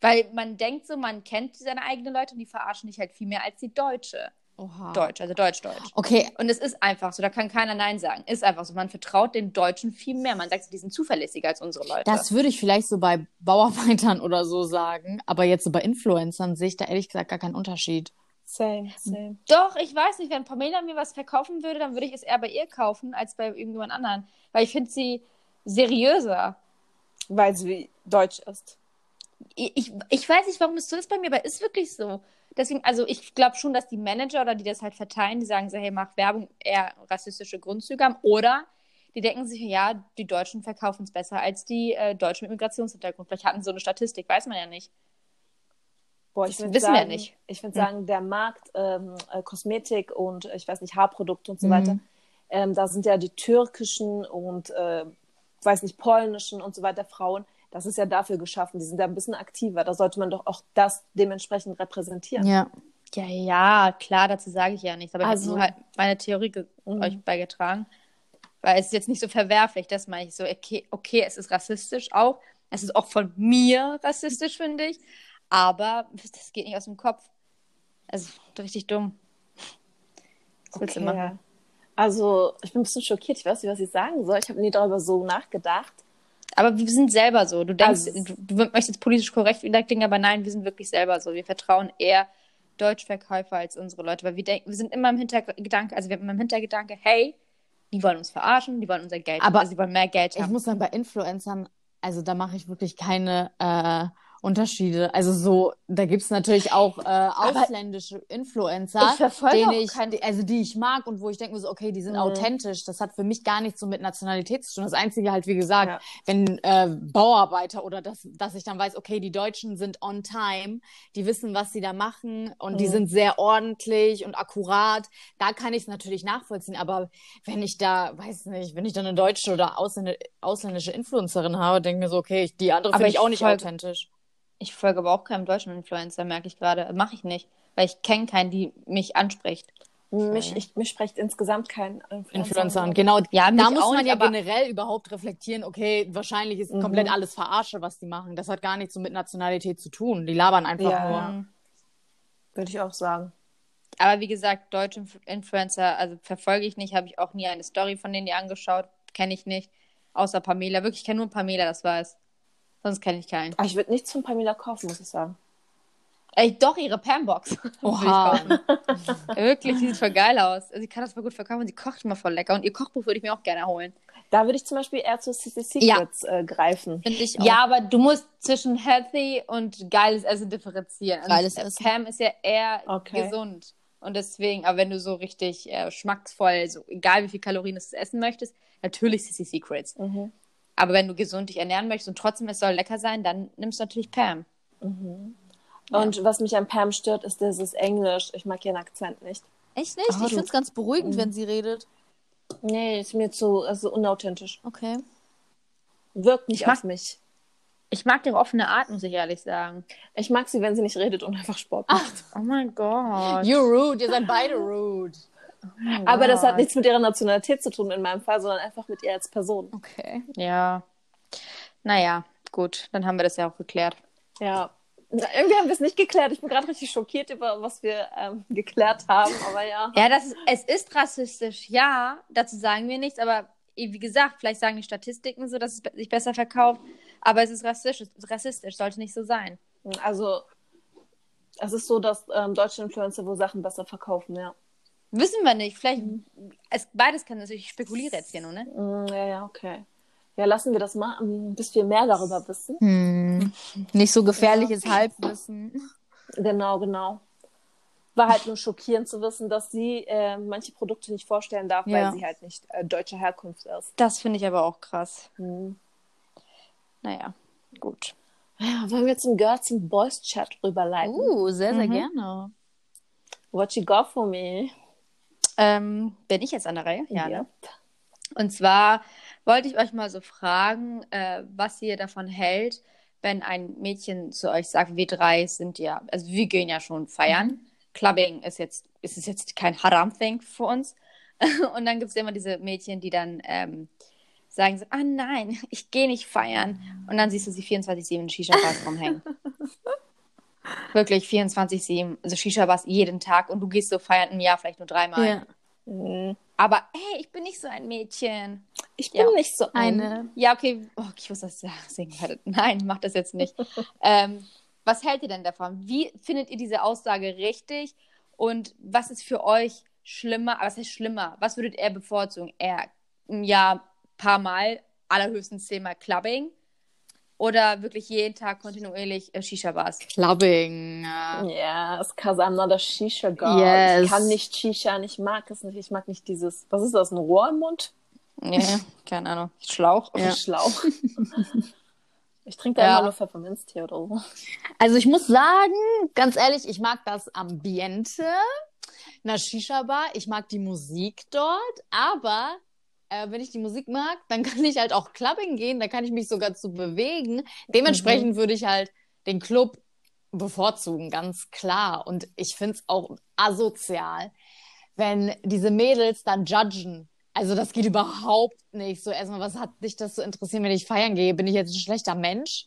Speaker 3: Weil man denkt so, man kennt seine eigenen Leute und die verarschen dich halt viel mehr als die Deutsche.
Speaker 2: Oha.
Speaker 3: Deutsch, also Deutsch-Deutsch.
Speaker 2: Okay,
Speaker 3: Und es ist einfach so, da kann keiner Nein sagen. Ist einfach so, man vertraut den Deutschen viel mehr. Man sagt, die sind zuverlässiger als unsere Leute.
Speaker 2: das würde ich vielleicht so bei Bauarbeitern oder so sagen, aber jetzt so bei Influencern sehe ich da ehrlich gesagt gar keinen Unterschied.
Speaker 1: Same, same.
Speaker 3: Doch, ich weiß nicht, wenn Pamela mir was verkaufen würde, dann würde ich es eher bei ihr kaufen als bei irgendjemand anderen. Weil ich finde sie seriöser.
Speaker 1: Weil sie deutsch ist.
Speaker 3: Ich, ich, ich weiß nicht, warum es so ist bei mir, aber ist wirklich so. Deswegen, also ich glaube schon, dass die Manager oder die das halt verteilen, die sagen so, hey, mach Werbung, eher rassistische Grundzüge haben. Oder die denken sich, ja, die Deutschen verkaufen es besser als die äh, Deutschen mit Migrationshintergrund. Vielleicht hatten sie so eine Statistik, weiß man ja nicht.
Speaker 1: Boah,
Speaker 3: Das
Speaker 1: würd
Speaker 3: wissen wir
Speaker 1: sagen,
Speaker 3: nicht.
Speaker 1: Ich würde
Speaker 3: Hm.
Speaker 1: sagen, der Markt ähm, äh, Kosmetik und äh, ich weiß nicht, Haarprodukte und so
Speaker 2: Mhm.
Speaker 1: weiter, ähm, da sind ja die türkischen und äh, weiß nicht, polnischen und so weiter Frauen, das ist ja dafür geschaffen. Die sind da ein bisschen aktiver. Da sollte man doch auch das dementsprechend repräsentieren.
Speaker 2: Ja.
Speaker 3: Ja, ja, klar, dazu sage ich ja nichts, aber
Speaker 1: Also-
Speaker 3: ich habe nur halt meine Theorie ge-
Speaker 1: Mhm.
Speaker 3: euch beigetragen. Weil es ist jetzt nicht so verwerflich, das meine ich so, okay, okay, es ist rassistisch auch. Es ist auch von mir rassistisch, finde ich. Aber das geht nicht aus dem Kopf. Also richtig dumm. Was willst du
Speaker 1: Okay.
Speaker 3: machen?
Speaker 1: Also, ich bin ein bisschen schockiert. Ich weiß nicht, was ich sagen soll. Ich habe nie darüber so nachgedacht.
Speaker 3: Aber wir sind selber so. Du denkst,
Speaker 1: Also-
Speaker 3: du, du möchtest politisch korrekt wieder klingen, aber nein, wir sind wirklich selber so. Wir vertrauen eher Deutschverkäufer als unsere Leute, weil wir denken, wir sind immer im Hintergedanke, also wir haben immer im Hintergedanke, hey, die wollen uns verarschen, die wollen unser Geld,
Speaker 2: Aber
Speaker 3: also die wollen mehr Geld
Speaker 2: Ich
Speaker 3: haben.
Speaker 2: muss sagen, bei Influencern, also da mache ich wirklich keine äh, Unterschiede. Also so, da gibt's natürlich auch äh, ausländische Influencer,
Speaker 3: Ich verfolge
Speaker 2: denen
Speaker 3: auch
Speaker 2: ich, die- also die ich mag und wo ich denke mir so, okay, die sind authentisch. Das hat für mich gar nichts so mit Nationalität zu tun. Das Einzige halt, wie gesagt,
Speaker 1: Ja.
Speaker 2: wenn äh, Bauarbeiter oder das, dass ich dann weiß, okay, die Deutschen sind on time, die wissen, was sie da machen und die
Speaker 1: Mhm.
Speaker 2: sind sehr ordentlich und akkurat. Da kann ich es natürlich nachvollziehen. Aber wenn ich da, weiß nicht, wenn ich dann eine deutsche oder ausländ ausländische Influencerin habe, denke mir so, okay, ich, die andere
Speaker 3: Aber
Speaker 2: finde ich
Speaker 3: ich
Speaker 2: auch nicht
Speaker 3: folge-
Speaker 2: authentisch.
Speaker 3: Ich folge aber auch keinem deutschen Influencer, merke ich gerade. Mache ich nicht, weil ich kenne keinen, die mich anspricht.
Speaker 1: Mich, ich, mich spricht insgesamt kein Influencer.
Speaker 2: Influencer. Und
Speaker 1: an.
Speaker 2: genau,
Speaker 3: Ja, mich
Speaker 2: da muss
Speaker 3: auch
Speaker 2: man
Speaker 3: nicht,
Speaker 2: ja
Speaker 3: aber-
Speaker 2: generell überhaupt reflektieren, okay, wahrscheinlich ist
Speaker 1: Mhm.
Speaker 2: komplett alles Verarsche, was die machen. Das hat gar nichts so mit Nationalität zu tun. Die labern einfach
Speaker 1: Ja.
Speaker 2: nur.
Speaker 1: Würde ich auch sagen.
Speaker 3: Aber wie gesagt, deutsche Inf Influencer, also verfolge ich nicht, habe ich auch nie eine Story von denen die angeschaut, kenne ich nicht. Außer Pamela. Wirklich, ich kenne nur Pamela, das war's. Sonst kenne ich keinen.
Speaker 1: Aber ich würde nichts von Pamela kaufen, muss ich sagen.
Speaker 3: Ey, doch, ihre Pambox.
Speaker 2: Oha.
Speaker 3: Wirklich, die sieht voll geil aus. Also, sie kann das voll gut verkaufen und sie kocht immer voll lecker. Und ihr Kochbuch würde ich mir auch gerne holen.
Speaker 1: Da würde ich zum Beispiel eher zu CC
Speaker 3: Ja.
Speaker 1: Secrets äh, greifen.
Speaker 3: Finde ich auch. Ja, aber du musst zwischen healthy und geiles Essen differenzieren. Also
Speaker 2: Geiles
Speaker 3: äh,
Speaker 2: Essen.
Speaker 3: Pam ist ja eher
Speaker 1: Okay.
Speaker 3: gesund. Und deswegen, aber wenn du so richtig äh, schmackvoll, so egal wie viel Kalorien es essen möchtest, natürlich Sissy Secrets.
Speaker 1: Mhm.
Speaker 3: Aber wenn du gesund dich ernähren möchtest und trotzdem es soll lecker sein, dann nimmst du natürlich Pam.
Speaker 1: Und was mich an Pam stört, ist dieses Englisch. Ich mag ihren Akzent nicht.
Speaker 4: Echt nicht?
Speaker 2: Ah,
Speaker 4: ich
Speaker 2: du-
Speaker 4: finde es ganz beruhigend, wenn sie redet.
Speaker 1: Nee, ist mir zu also unauthentisch.
Speaker 4: Okay.
Speaker 1: Wirkt nicht
Speaker 3: Ich mag-
Speaker 1: auf mich.
Speaker 3: Ich mag ihre offene Art, muss ich ehrlich sagen.
Speaker 1: Ich mag sie, wenn sie nicht redet und einfach Sport macht.
Speaker 3: Oh mein Gott.
Speaker 2: You rude, ihr seid beide rude.
Speaker 1: Aber das hat
Speaker 3: Gott.
Speaker 1: nichts mit ihrer Nationalität zu tun in meinem Fall, sondern einfach mit ihr als Person.
Speaker 4: Okay.
Speaker 3: Ja. Naja, gut, dann haben wir das ja auch geklärt.
Speaker 1: Ja. Na, irgendwie haben wir es nicht geklärt. Ich bin gerade richtig schockiert über was wir ähm, geklärt haben, aber ja.
Speaker 3: Ja, das ist, es ist rassistisch, ja. Dazu sagen wir nichts, aber eh, wie gesagt, vielleicht sagen die Statistiken so, dass es be- sich besser verkauft. Aber es ist rassistisch, rassistisch sollte nicht so sein.
Speaker 1: Also es ist so, dass ähm, deutsche Influencer wohl Sachen besser verkaufen, ja.
Speaker 3: Wissen wir nicht. Vielleicht,
Speaker 4: Mhm.
Speaker 3: es, beides kann natürlich, ich spekuliere jetzt hier nur, ne?
Speaker 1: Mm, ja, ja, okay. Ja, lassen wir das mal, ähm, bis wir mehr darüber wissen.
Speaker 4: Hm. Nicht so gefährliches Halbwissen.
Speaker 1: Genau, genau. War halt nur schockierend zu wissen, dass sie äh, manche Produkte nicht vorstellen darf,
Speaker 4: Ja.
Speaker 1: weil sie halt nicht äh, deutscher Herkunft ist.
Speaker 3: Das finde ich aber auch krass.
Speaker 1: Hm.
Speaker 3: Naja, gut.
Speaker 1: Ja, wollen wir jetzt im Girls and Boys Chat rüberleiten?
Speaker 4: Uh, sehr, sehr
Speaker 3: Mhm.
Speaker 4: gerne.
Speaker 1: What you got for me?
Speaker 3: Ähm, bin ich jetzt an der Reihe? ne?
Speaker 1: Yep.
Speaker 3: Und zwar wollte ich euch mal so fragen, äh, was ihr davon hält, wenn ein Mädchen zu euch sagt, wir drei sind ja, also wir gehen ja schon feiern. Clubbing ist jetzt, ist es jetzt kein Haram-Thing für uns. Und dann gibt es immer diese Mädchen, die dann ähm, sagen so, ah nein, ich gehe nicht feiern. Und dann siehst du sie 24-7 in Shisha-Bars rumhängen. Wirklich 24-7, also Shisha-Bars jeden Tag. Und du gehst so feiern im Jahr vielleicht nur dreimal.
Speaker 4: Ja.
Speaker 1: Hm.
Speaker 3: Aber hey, ich bin nicht so ein Mädchen.
Speaker 1: Ich bin
Speaker 3: Ja.
Speaker 1: nicht so ein.
Speaker 4: Eine.
Speaker 3: Ja, okay. Oh, ich muss das ja singen. Warte. Nein, mach das jetzt nicht. ähm, was hält ihr denn davon? Wie findet ihr diese Aussage richtig? Und was ist für euch schlimmer? Ah, Was heißt schlimmer? Was würdet ihr bevorzugen? Eher ein Jahr, paar Mal, allerhöchstens zehnmal Clubbing? Oder wirklich jeden Tag kontinuierlich äh, Shisha-Bars?
Speaker 2: Clubbing. äh,
Speaker 1: Yes, cause I'm not a Shisha girl.
Speaker 2: Yes.
Speaker 1: Ich kann nicht Shisha, ich mag es nicht. Ich mag nicht dieses, was ist das, ein Rohr im Mund?
Speaker 3: Nee, keine Ahnung. Schlauch?
Speaker 1: Auf dem Schlauch. ich trinke da
Speaker 3: Ja.
Speaker 1: immer nur Pfefferminztee oder so.
Speaker 2: Also ich muss sagen, ganz ehrlich, ich mag das Ambiente einer Shisha-Bar. Ich mag die Musik dort, aber äh, wenn ich die Musik mag, dann kann ich halt auch Clubbing gehen, da kann ich mich sogar zu bewegen. Dementsprechend würde ich halt den Club bevorzugen, ganz klar. Und ich finde es auch asozial, wenn diese Mädels dann judgen. Also das geht überhaupt nicht. So erstmal, was hat dich das zu interessieren, wenn ich feiern gehe? Bin ich jetzt ein schlechter Mensch?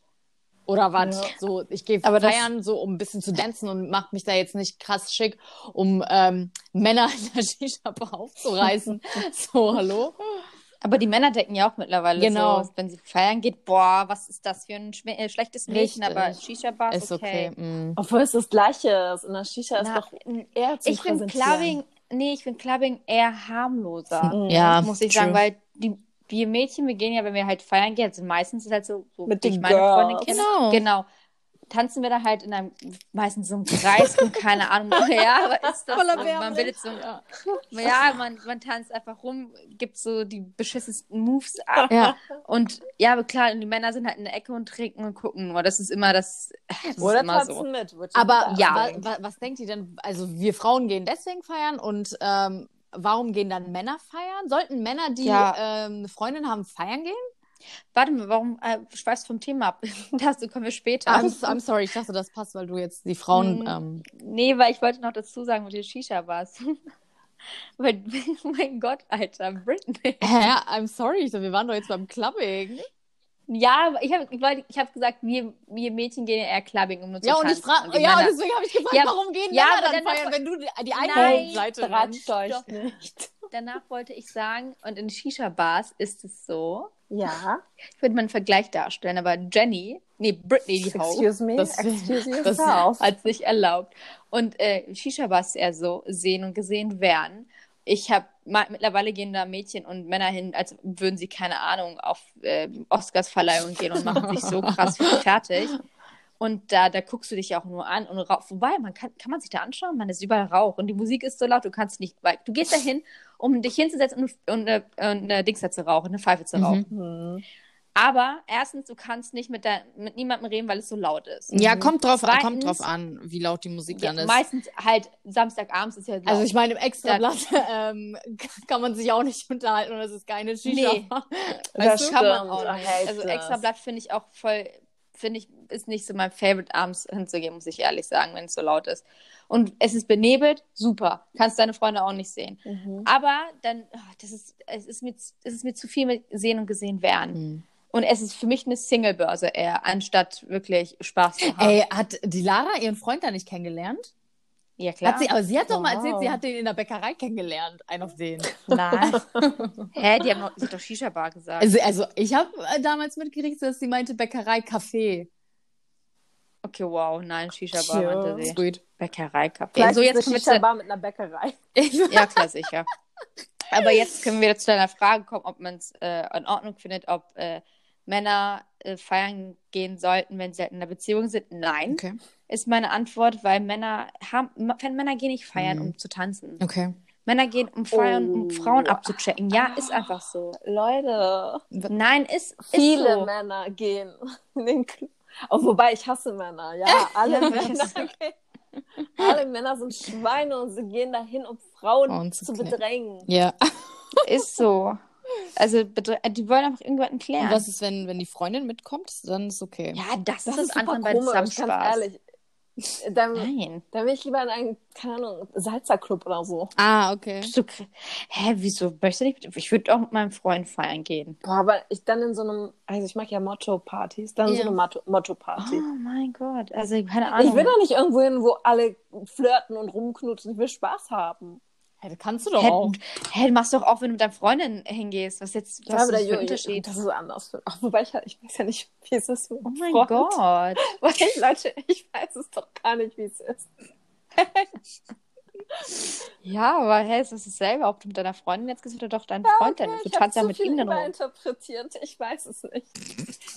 Speaker 2: Oder was?
Speaker 1: Ja.
Speaker 2: So, ich gehe
Speaker 3: Aber das-
Speaker 2: feiern, so um ein bisschen zu tanzen und mach mich da jetzt nicht krass schick, um ähm, Männer in der Shisha-Bar aufzureißen. so, hallo?
Speaker 3: Aber die Männer denken ja auch mittlerweile
Speaker 2: Genau.
Speaker 3: so, wenn sie feiern geht, boah, was ist das für ein schme- äh, schlechtes Mädchen,
Speaker 2: Richtig.
Speaker 3: aber Shisha-Bar ist okay.
Speaker 2: mm.
Speaker 1: Obwohl es das Gleiche ist. In der Shisha
Speaker 3: Na,
Speaker 1: ist doch eher zu
Speaker 3: Ich finde Clubbing, nee, ich finde Clubbing eher harmloser,
Speaker 1: Mhm.
Speaker 2: Ja,
Speaker 3: muss ich
Speaker 2: true.
Speaker 3: sagen, weil die, wir Mädchen, wir gehen ja, wenn wir halt feiern gehen, also meistens ist halt so, so
Speaker 1: Mit
Speaker 3: ich
Speaker 1: den
Speaker 3: meine Freundin
Speaker 1: Girls.
Speaker 3: kenne.
Speaker 4: Genau.
Speaker 3: Genau. tanzen wir da halt in einem, meistens so einem Kreis rum, keine Ahnung, ja, aber ist das
Speaker 2: Voller
Speaker 3: so,
Speaker 2: Wärme.
Speaker 3: man will jetzt so,
Speaker 2: Ja.
Speaker 3: ja, man, man tanzt einfach rum, gibt so die beschissensten Moves ab
Speaker 2: Ja.
Speaker 3: und ja, aber klar, und die Männer sind halt in der Ecke und trinken und gucken, aber das ist immer das, das
Speaker 1: Oder
Speaker 3: ist immer
Speaker 1: tanzen
Speaker 3: so.
Speaker 1: mit. wird
Speaker 2: Aber
Speaker 1: schon
Speaker 2: ja.
Speaker 3: Ja.
Speaker 2: wa wa was denkt ihr denn? Also wir Frauen gehen deswegen feiern und ähm, warum gehen dann Männer feiern? Sollten Männer, die
Speaker 3: Ja.
Speaker 2: ähm, eine Freundin haben, feiern gehen?
Speaker 3: Warte mal, warum äh, schweifst vom Thema ab? Dazu kommen wir später.
Speaker 2: I'm, I'm sorry, ich dachte, das passt, weil du jetzt die Frauen.
Speaker 3: Mhm.
Speaker 2: Ähm,
Speaker 3: Nee, weil ich wollte noch dazu sagen, mit den Shisha-Bars. Weil, mein Gott, Alter, Britney.
Speaker 2: hä? I'm sorry, ich dachte, wir waren doch jetzt beim Clubbing.
Speaker 3: Ja, aber ich habe ich wollte- ich hab gesagt, wir, wir Mädchen gehen ja eher clubbing, um nur zu
Speaker 2: ja, und
Speaker 3: tanzen.
Speaker 2: ich frage,
Speaker 3: die
Speaker 2: ja, und
Speaker 3: Männer-
Speaker 2: deswegen habe ich gefragt,
Speaker 3: Ja,
Speaker 2: warum gehen
Speaker 3: ja,
Speaker 2: Männer
Speaker 3: aber
Speaker 2: dann
Speaker 3: dann-
Speaker 2: fällen, wenn du die- die eine
Speaker 3: Nein,
Speaker 2: Seite
Speaker 1: beratscht euch
Speaker 3: Doch.
Speaker 1: nicht.
Speaker 3: danach wollte ich sagen, und in Shisha-Bars ist es so,
Speaker 1: Ja.
Speaker 3: ich würde mal einen Vergleich darstellen, aber Jenny, nee, Britney, die Ho,
Speaker 1: Excuse me.
Speaker 2: Das-
Speaker 1: Excuse
Speaker 2: das-
Speaker 1: yourself.
Speaker 3: hat sich erlaubt. Und äh, Shisha-Bars ist eher so, sehen und gesehen werden. Ich habe, mittlerweile gehen da Mädchen und Männer hin, als würden sie, keine Ahnung, auf äh, Oscarsverleihung gehen und machen sich so krass fertig. Und da, da guckst du dich ja auch nur an und rauch. Wobei, man kann, kann man sich da anschauen, man ist überall Rauch und die Musik ist so laut, du kannst nicht weit. Du gehst da hin, um dich hinzusetzen und, und, eine, und eine Dings da zu rauchen, eine Pfeife zu
Speaker 2: Mhm.
Speaker 3: rauchen.
Speaker 1: Hm.
Speaker 3: Aber erstens, du kannst nicht mit, dein, mit niemandem reden, weil es so laut ist.
Speaker 4: Ja, kommt drauf,
Speaker 3: Zweitens-
Speaker 4: kommt drauf an, wie laut die Musik
Speaker 3: Ja,
Speaker 4: dann ist.
Speaker 3: meistens halt Samstagabends ist ja laut.
Speaker 2: Also ich meine, im Extrablatt ähm, kann man sich auch nicht unterhalten und es ist keine Shisha.
Speaker 3: Nee.
Speaker 1: Das
Speaker 3: kann man
Speaker 1: stimmt,
Speaker 3: auch
Speaker 1: I
Speaker 3: nicht.
Speaker 1: hate
Speaker 3: Also
Speaker 1: das.
Speaker 3: extra Blatt finde ich auch voll, finde ich, ist nicht so mein Favorite abends hinzugehen, muss ich ehrlich sagen, wenn es so laut ist. Und es ist benebelt, super. Kannst deine Freunde auch nicht sehen.
Speaker 1: Mhm.
Speaker 3: Aber dann, ah, das ist, es ist mir, z- es ist mir zu viel mit sehen und gesehen werden.
Speaker 2: Mhm.
Speaker 4: Hm.
Speaker 3: Und es ist für mich eine Single-Börse eher, anstatt wirklich Spaß zu haben.
Speaker 2: Ey, hat die Lara ihren Freund da nicht kennengelernt?
Speaker 3: ja, klar.
Speaker 2: Hat sie, aber sie hat doch mal erzählt,
Speaker 1: Wow.
Speaker 2: sie hat den in der Bäckerei kennengelernt, einen auf den.
Speaker 3: Nein. Hä, die haben noch, sie hat doch Shisha-Bar gesagt.
Speaker 2: Also, also ich habe äh, damals mitgekriegt, dass sie meinte Bäckerei, Café.
Speaker 3: okay, wow, nein, Shisha-Bar
Speaker 1: Tja.
Speaker 3: meinte sie.
Speaker 2: Sweet.
Speaker 3: Bäckerei, Kaffee.
Speaker 1: Vielleicht
Speaker 3: So,
Speaker 1: ist
Speaker 3: jetzt
Speaker 1: eine
Speaker 3: kommen wir zu,
Speaker 1: Shisha-Bar mit einer Bäckerei.
Speaker 3: Ja, klar, sicher. Aber jetzt können wir zu deiner Frage kommen, ob man es äh, in Ordnung findet, ob äh, Männer äh, feiern gehen sollten, wenn sie halt in einer Beziehung sind. Nein,
Speaker 4: Okay.
Speaker 3: ist meine Antwort, weil Männer haben, M- Männer gehen nicht feiern, um zu tanzen.
Speaker 4: Okay.
Speaker 3: Männer gehen um feiern, um
Speaker 1: Mhm. Oh.
Speaker 3: Frauen abzuchecken. Ja, ist einfach so.
Speaker 1: Leute,
Speaker 3: Nein, ist, ist
Speaker 1: viele
Speaker 3: so.
Speaker 1: Männer gehen in den Club. Oh, wobei, ich hasse Männer. Ja, alle Männer gehen. Alle Männer sind Schweine und sie gehen dahin, um Frauen
Speaker 4: Frauen zu
Speaker 1: zu bedrängen.
Speaker 4: Ja.
Speaker 3: Ist so. Also, bedre- die wollen einfach irgendwann klären.
Speaker 4: Was ist, wenn, wenn die Freundin mitkommt? Dann ist okay.
Speaker 3: ja, das,
Speaker 1: Das,
Speaker 3: ist das
Speaker 1: ist super
Speaker 3: andere bei
Speaker 1: komisch, ganz
Speaker 3: Spaß.
Speaker 1: ehrlich. Dann,
Speaker 3: Nein.
Speaker 1: dann will ich lieber in einen, keine Ahnung, Salzerclub oder so.
Speaker 4: Ah, okay.
Speaker 3: Bist du, kr- hä, wieso möchtest du nicht? mit- Ich würde auch mit meinem Freund feiern gehen.
Speaker 1: Boah, aber ich dann in so einem, also ich mag ja Motto-Partys, dann so
Speaker 4: Ja.
Speaker 1: eine Motto- Motto-Party.
Speaker 3: Oh mein Gott, also keine
Speaker 1: ich will doch nicht irgendwo hin, wo alle flirten und rumknutschen. Ich will Spaß haben.
Speaker 2: Hey, das kannst du doch
Speaker 3: hä,
Speaker 2: auch.
Speaker 3: hä, du machst doch auch, wenn du mit deiner Freundin hingehst. Was jetzt was
Speaker 1: aber der
Speaker 3: ist das für ein
Speaker 1: Juri-
Speaker 3: Unterschied?
Speaker 1: Das ist anders. Für, ach, wobei ich, ich weiß ja nicht, wie es ist.
Speaker 3: Oh mein
Speaker 1: Freund.
Speaker 3: Gott.
Speaker 1: Weil, Leute, ich weiß es doch gar nicht, wie es ist.
Speaker 3: Ja, aber hä, ist das dasselbe, ob du mit deiner Freundin jetzt gehst oder doch deinen Freund dann? Du
Speaker 1: ich habe
Speaker 3: tanzt ja
Speaker 1: zu
Speaker 3: mit ihm
Speaker 1: viel
Speaker 3: dann rum.
Speaker 1: überinterpretiert. Ich weiß es nicht.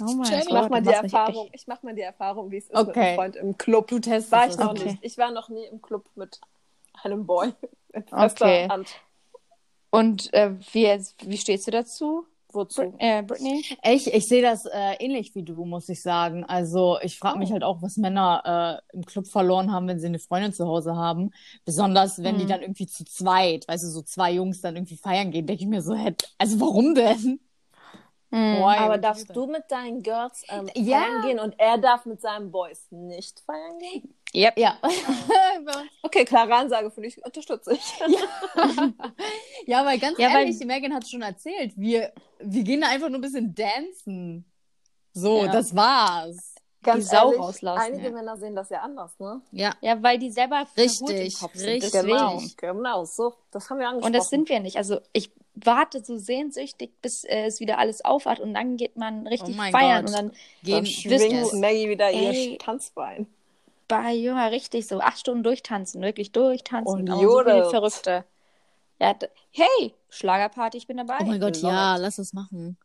Speaker 3: Oh mein
Speaker 1: ich mach mal
Speaker 3: du
Speaker 1: die
Speaker 3: machst mich
Speaker 1: Erfahrung. Ich mach mal die Erfahrung, wie es ist mit
Speaker 2: Okay.
Speaker 1: einem Freund im Club.
Speaker 2: Du testest
Speaker 1: War ich
Speaker 2: es.
Speaker 1: noch
Speaker 3: Okay.
Speaker 1: nicht. Ich war noch nie im Club mit einem Boy. Mit
Speaker 3: Okay.
Speaker 1: fester Hand.
Speaker 3: echt- Und äh, wie, jetzt- wie stehst du dazu, Brit
Speaker 1: Wozu?
Speaker 3: äh, Britney?
Speaker 2: Ich, ich sehe das äh, ähnlich wie du, muss ich sagen. Also ich frage
Speaker 1: Oh.
Speaker 2: mich halt auch, was Männer äh, im Club verloren haben, wenn sie eine Freundin zu Hause haben. Besonders, wenn die
Speaker 3: Hm.
Speaker 2: dann irgendwie zu zweit, weißt du, so zwei Jungs dann irgendwie feiern gehen, denke ich mir so, hä, also warum denn?
Speaker 3: Hm.
Speaker 1: Hm,
Speaker 2: Why would
Speaker 1: Aber
Speaker 2: you do
Speaker 1: darfst
Speaker 2: that?
Speaker 1: du mit deinen Girls ähm,
Speaker 2: Ja.
Speaker 1: feiern gehen und er darf mit seinen Boys nicht feiern gehen?
Speaker 3: Yep.
Speaker 2: Ja.
Speaker 1: Okay, klare Ansage von dich unterstütze ich.
Speaker 2: ja, weil ganz
Speaker 3: Ja, weil-
Speaker 2: ehrlich, Megan hat schon erzählt, wir, wir gehen da einfach nur ein bisschen dancen. So,
Speaker 3: Ja.
Speaker 2: das war's.
Speaker 1: Ganz
Speaker 3: Sau
Speaker 1: ehrlich,
Speaker 3: rauslassen,
Speaker 1: einige
Speaker 3: ja.
Speaker 1: Männer sehen das ja anders, ne?
Speaker 4: Ja.
Speaker 3: Ja, weil die selber verhut
Speaker 4: Richtig,
Speaker 3: im Kopf sind.
Speaker 4: richtig.
Speaker 3: Deswegen.
Speaker 1: Genau, genau, so, das haben wir angesprochen.
Speaker 3: Und das sind wir nicht. Also ich warte so sehnsüchtig, bis äh, es wieder alles aufwacht und dann geht man richtig
Speaker 4: Oh mein
Speaker 3: feiern
Speaker 4: Gott.
Speaker 3: und dann
Speaker 1: Dann
Speaker 4: Gehen.
Speaker 1: schwingt
Speaker 4: yes.
Speaker 1: Maggie wieder
Speaker 3: Ey.
Speaker 1: ihr Tanzbein.
Speaker 3: bei Junge richtig so acht Stunden durchtanzen, wirklich durchtanzen.
Speaker 1: Und
Speaker 3: aber so wie
Speaker 1: jodelt.
Speaker 3: die Verrückte. Ja, d- hey, Schlagerparty, ich bin dabei.
Speaker 4: Oh mein Gott,
Speaker 3: Love
Speaker 4: ja,
Speaker 3: it.
Speaker 4: lass das machen.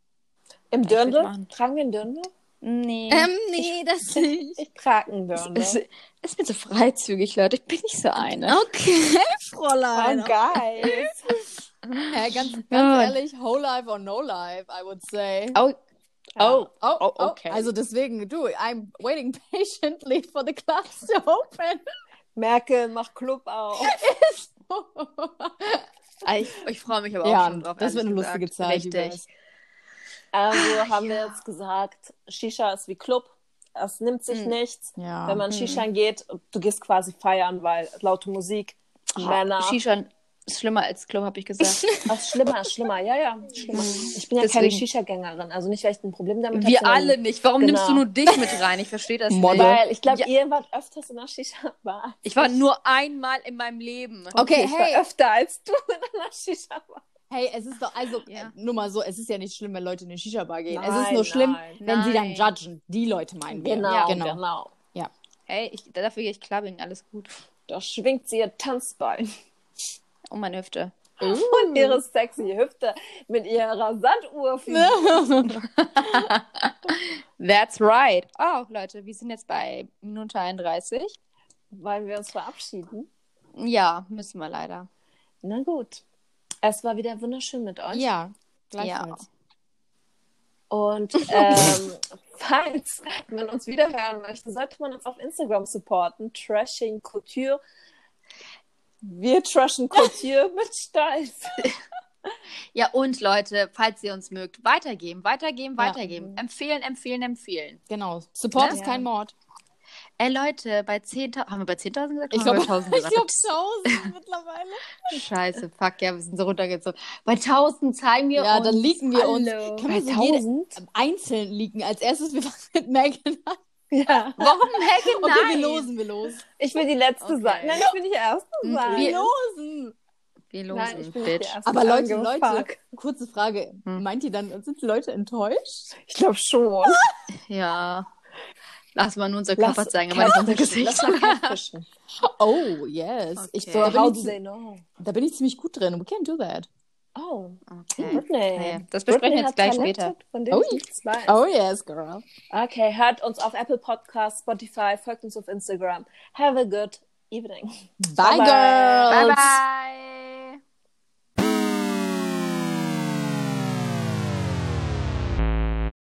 Speaker 1: Im
Speaker 3: würd
Speaker 1: Dirndl?
Speaker 3: machen.
Speaker 1: Tragen wir einen Dirndl?
Speaker 3: Nee.
Speaker 4: Ähm, nee, das nicht.
Speaker 1: Ich Kraken hören.
Speaker 3: Es
Speaker 1: Ne?
Speaker 3: ist, ist mir so freizügig, Leute. Ich bin nicht so eine.
Speaker 4: Okay,
Speaker 1: Oh,
Speaker 4: Fräulein.
Speaker 1: geil.
Speaker 2: Hä, ganz, ganz
Speaker 3: Ja.
Speaker 2: ehrlich, whole life or no life, I would say.
Speaker 3: Oh,
Speaker 1: Oh.
Speaker 2: Oh,
Speaker 3: Oh,
Speaker 2: oh,
Speaker 3: okay.
Speaker 2: Also deswegen, du, I'm waiting patiently for the class to open.
Speaker 1: Merkel, mach Club auf.
Speaker 3: ich, ich freue mich aber auch
Speaker 2: ja,
Speaker 3: schon drauf.
Speaker 2: das wird
Speaker 3: ehrlich
Speaker 2: eine
Speaker 3: gesagt.
Speaker 2: lustige Zeit.
Speaker 3: Richtig.
Speaker 2: Richtig.
Speaker 1: Also
Speaker 3: Ah,
Speaker 1: haben wir jetzt gesagt, Shisha ist wie Club. Es nimmt sich
Speaker 3: Mhm.
Speaker 1: nichts.
Speaker 2: Ja.
Speaker 1: Wenn man
Speaker 3: hm.
Speaker 1: Shisha geht, du gehst quasi feiern, weil laute Musik, Männer.
Speaker 3: Ah, Shisha ist schlimmer als Club, habe ich gesagt.
Speaker 1: Ach, schlimmer, schlimmer, ja, ja, schlimmer. Ich bin ja keine
Speaker 3: Hm. Deswegen.
Speaker 1: Shisha-Gängerin, also nicht, weil ich ein Problem damit habe.
Speaker 3: Wir
Speaker 1: sondern-
Speaker 3: alle nicht. Warum
Speaker 1: Genau.
Speaker 3: nimmst du nur dich mit rein? Ich verstehe das
Speaker 2: Model.
Speaker 3: nicht.
Speaker 1: Weil ich glaube,
Speaker 3: Ja.
Speaker 1: ihr wart öfters in einer Shisha-Bar.
Speaker 3: Ich war nur einmal in meinem Leben.
Speaker 2: Okay,
Speaker 1: ich
Speaker 2: hey.
Speaker 1: war öfter als du in einer Shisha-Bar.
Speaker 2: Hey, es ist doch, also,
Speaker 3: Ja.
Speaker 2: äh, nur mal so, es ist ja nicht schlimm, wenn Leute in eine Shisha-Bar gehen. es ist
Speaker 1: Nein,
Speaker 2: nur schlimm,
Speaker 1: nein,
Speaker 2: wenn sie dann
Speaker 3: nein.
Speaker 2: judgen. Die Leute meinen wir.
Speaker 1: Genau,
Speaker 2: Ja,
Speaker 1: genau.
Speaker 2: genau.
Speaker 3: Hey, ich, dafür gehe ich clubbing. Alles gut.
Speaker 1: Da schwingt sie ihr Tanzbein
Speaker 3: Um meine Hüfte.
Speaker 1: und ihre sexy Hüfte mit ihrer Sanduhr.
Speaker 3: That's right. Oh, Leute, wir sind jetzt bei Minute 31.
Speaker 1: Wollen wir uns verabschieden?
Speaker 3: Ja, müssen wir leider.
Speaker 1: Na gut. Es war wieder wunderschön mit euch.
Speaker 3: Ja.
Speaker 2: Ja, gleichfalls.
Speaker 1: Und ähm, falls man uns wieder hören möchte, sollte man uns auf Instagram supporten. Trashing Couture. Wir trashen Couture mit Stolz.
Speaker 3: Ja, und Leute, falls ihr uns mögt, weitergeben, weitergeben,
Speaker 2: Ja.
Speaker 3: weitergeben. Empfehlen, empfehlen, empfehlen.
Speaker 2: Genau. Support
Speaker 3: Ja.
Speaker 2: ist kein Mord.
Speaker 3: Ey, Leute, bei 10.000, haben wir bei 10.000 gesagt?
Speaker 2: Ich
Speaker 3: Haben wir
Speaker 2: glaube,
Speaker 3: bei 1.000
Speaker 2: ich
Speaker 3: gesagt?
Speaker 2: glaube, tausend mittlerweile.
Speaker 3: Scheiße, fuck, ja, wir sind so runtergezogen. Bei 1.000 zeigen wir
Speaker 2: Ja,
Speaker 3: uns.
Speaker 2: dann leaken wir uns.
Speaker 3: Hallo. Also
Speaker 2: Können wir so jede einzeln leaken? Als erstes, wir fangen mit Megan an.
Speaker 1: Ja.
Speaker 3: Warum, hey, genau.
Speaker 2: Okay, wir losen, wir losen.
Speaker 1: Ich will die letzte
Speaker 3: Okay.
Speaker 1: sein. Nein, ich will nicht die erste
Speaker 3: Mm,
Speaker 1: sein.
Speaker 3: wir-
Speaker 2: losen!
Speaker 3: Wir losen,
Speaker 1: Nein, ich bin nicht die
Speaker 3: bitch.
Speaker 1: erste.
Speaker 2: Aber Leute,
Speaker 1: Ange-
Speaker 2: Leute,
Speaker 1: Fuck.
Speaker 2: kurze Frage.
Speaker 3: Hm.
Speaker 2: Meint ihr dann, sind die Leute enttäuscht?
Speaker 1: Ich glaube schon.
Speaker 3: Ja. Lass mal nur unser
Speaker 1: Lass-
Speaker 3: Körper zeigen, aber nicht unser Gesicht.
Speaker 1: Lass mal catfishen.
Speaker 2: Oh, yes.
Speaker 3: Okay.
Speaker 2: Ich,
Speaker 1: So,
Speaker 2: da,
Speaker 1: how
Speaker 2: bin
Speaker 1: do
Speaker 2: ich,
Speaker 1: they
Speaker 2: zie-
Speaker 1: know?
Speaker 2: da bin ich ziemlich gut drin. We can do that.
Speaker 1: Oh,
Speaker 3: Okay.
Speaker 1: Britney.
Speaker 3: Das besprechen wir jetzt
Speaker 1: hat
Speaker 3: gleich
Speaker 1: Talente,
Speaker 3: später.
Speaker 1: Von denen
Speaker 2: Oh.
Speaker 1: ich nichts weiß.
Speaker 2: Oh, yes, girl.
Speaker 1: Okay, hört uns auf Apple Podcasts, Spotify, folgt uns auf Instagram. Have a good evening.
Speaker 2: Bye,
Speaker 1: Bye-bye.
Speaker 3: Bye,
Speaker 2: girls.
Speaker 3: bye.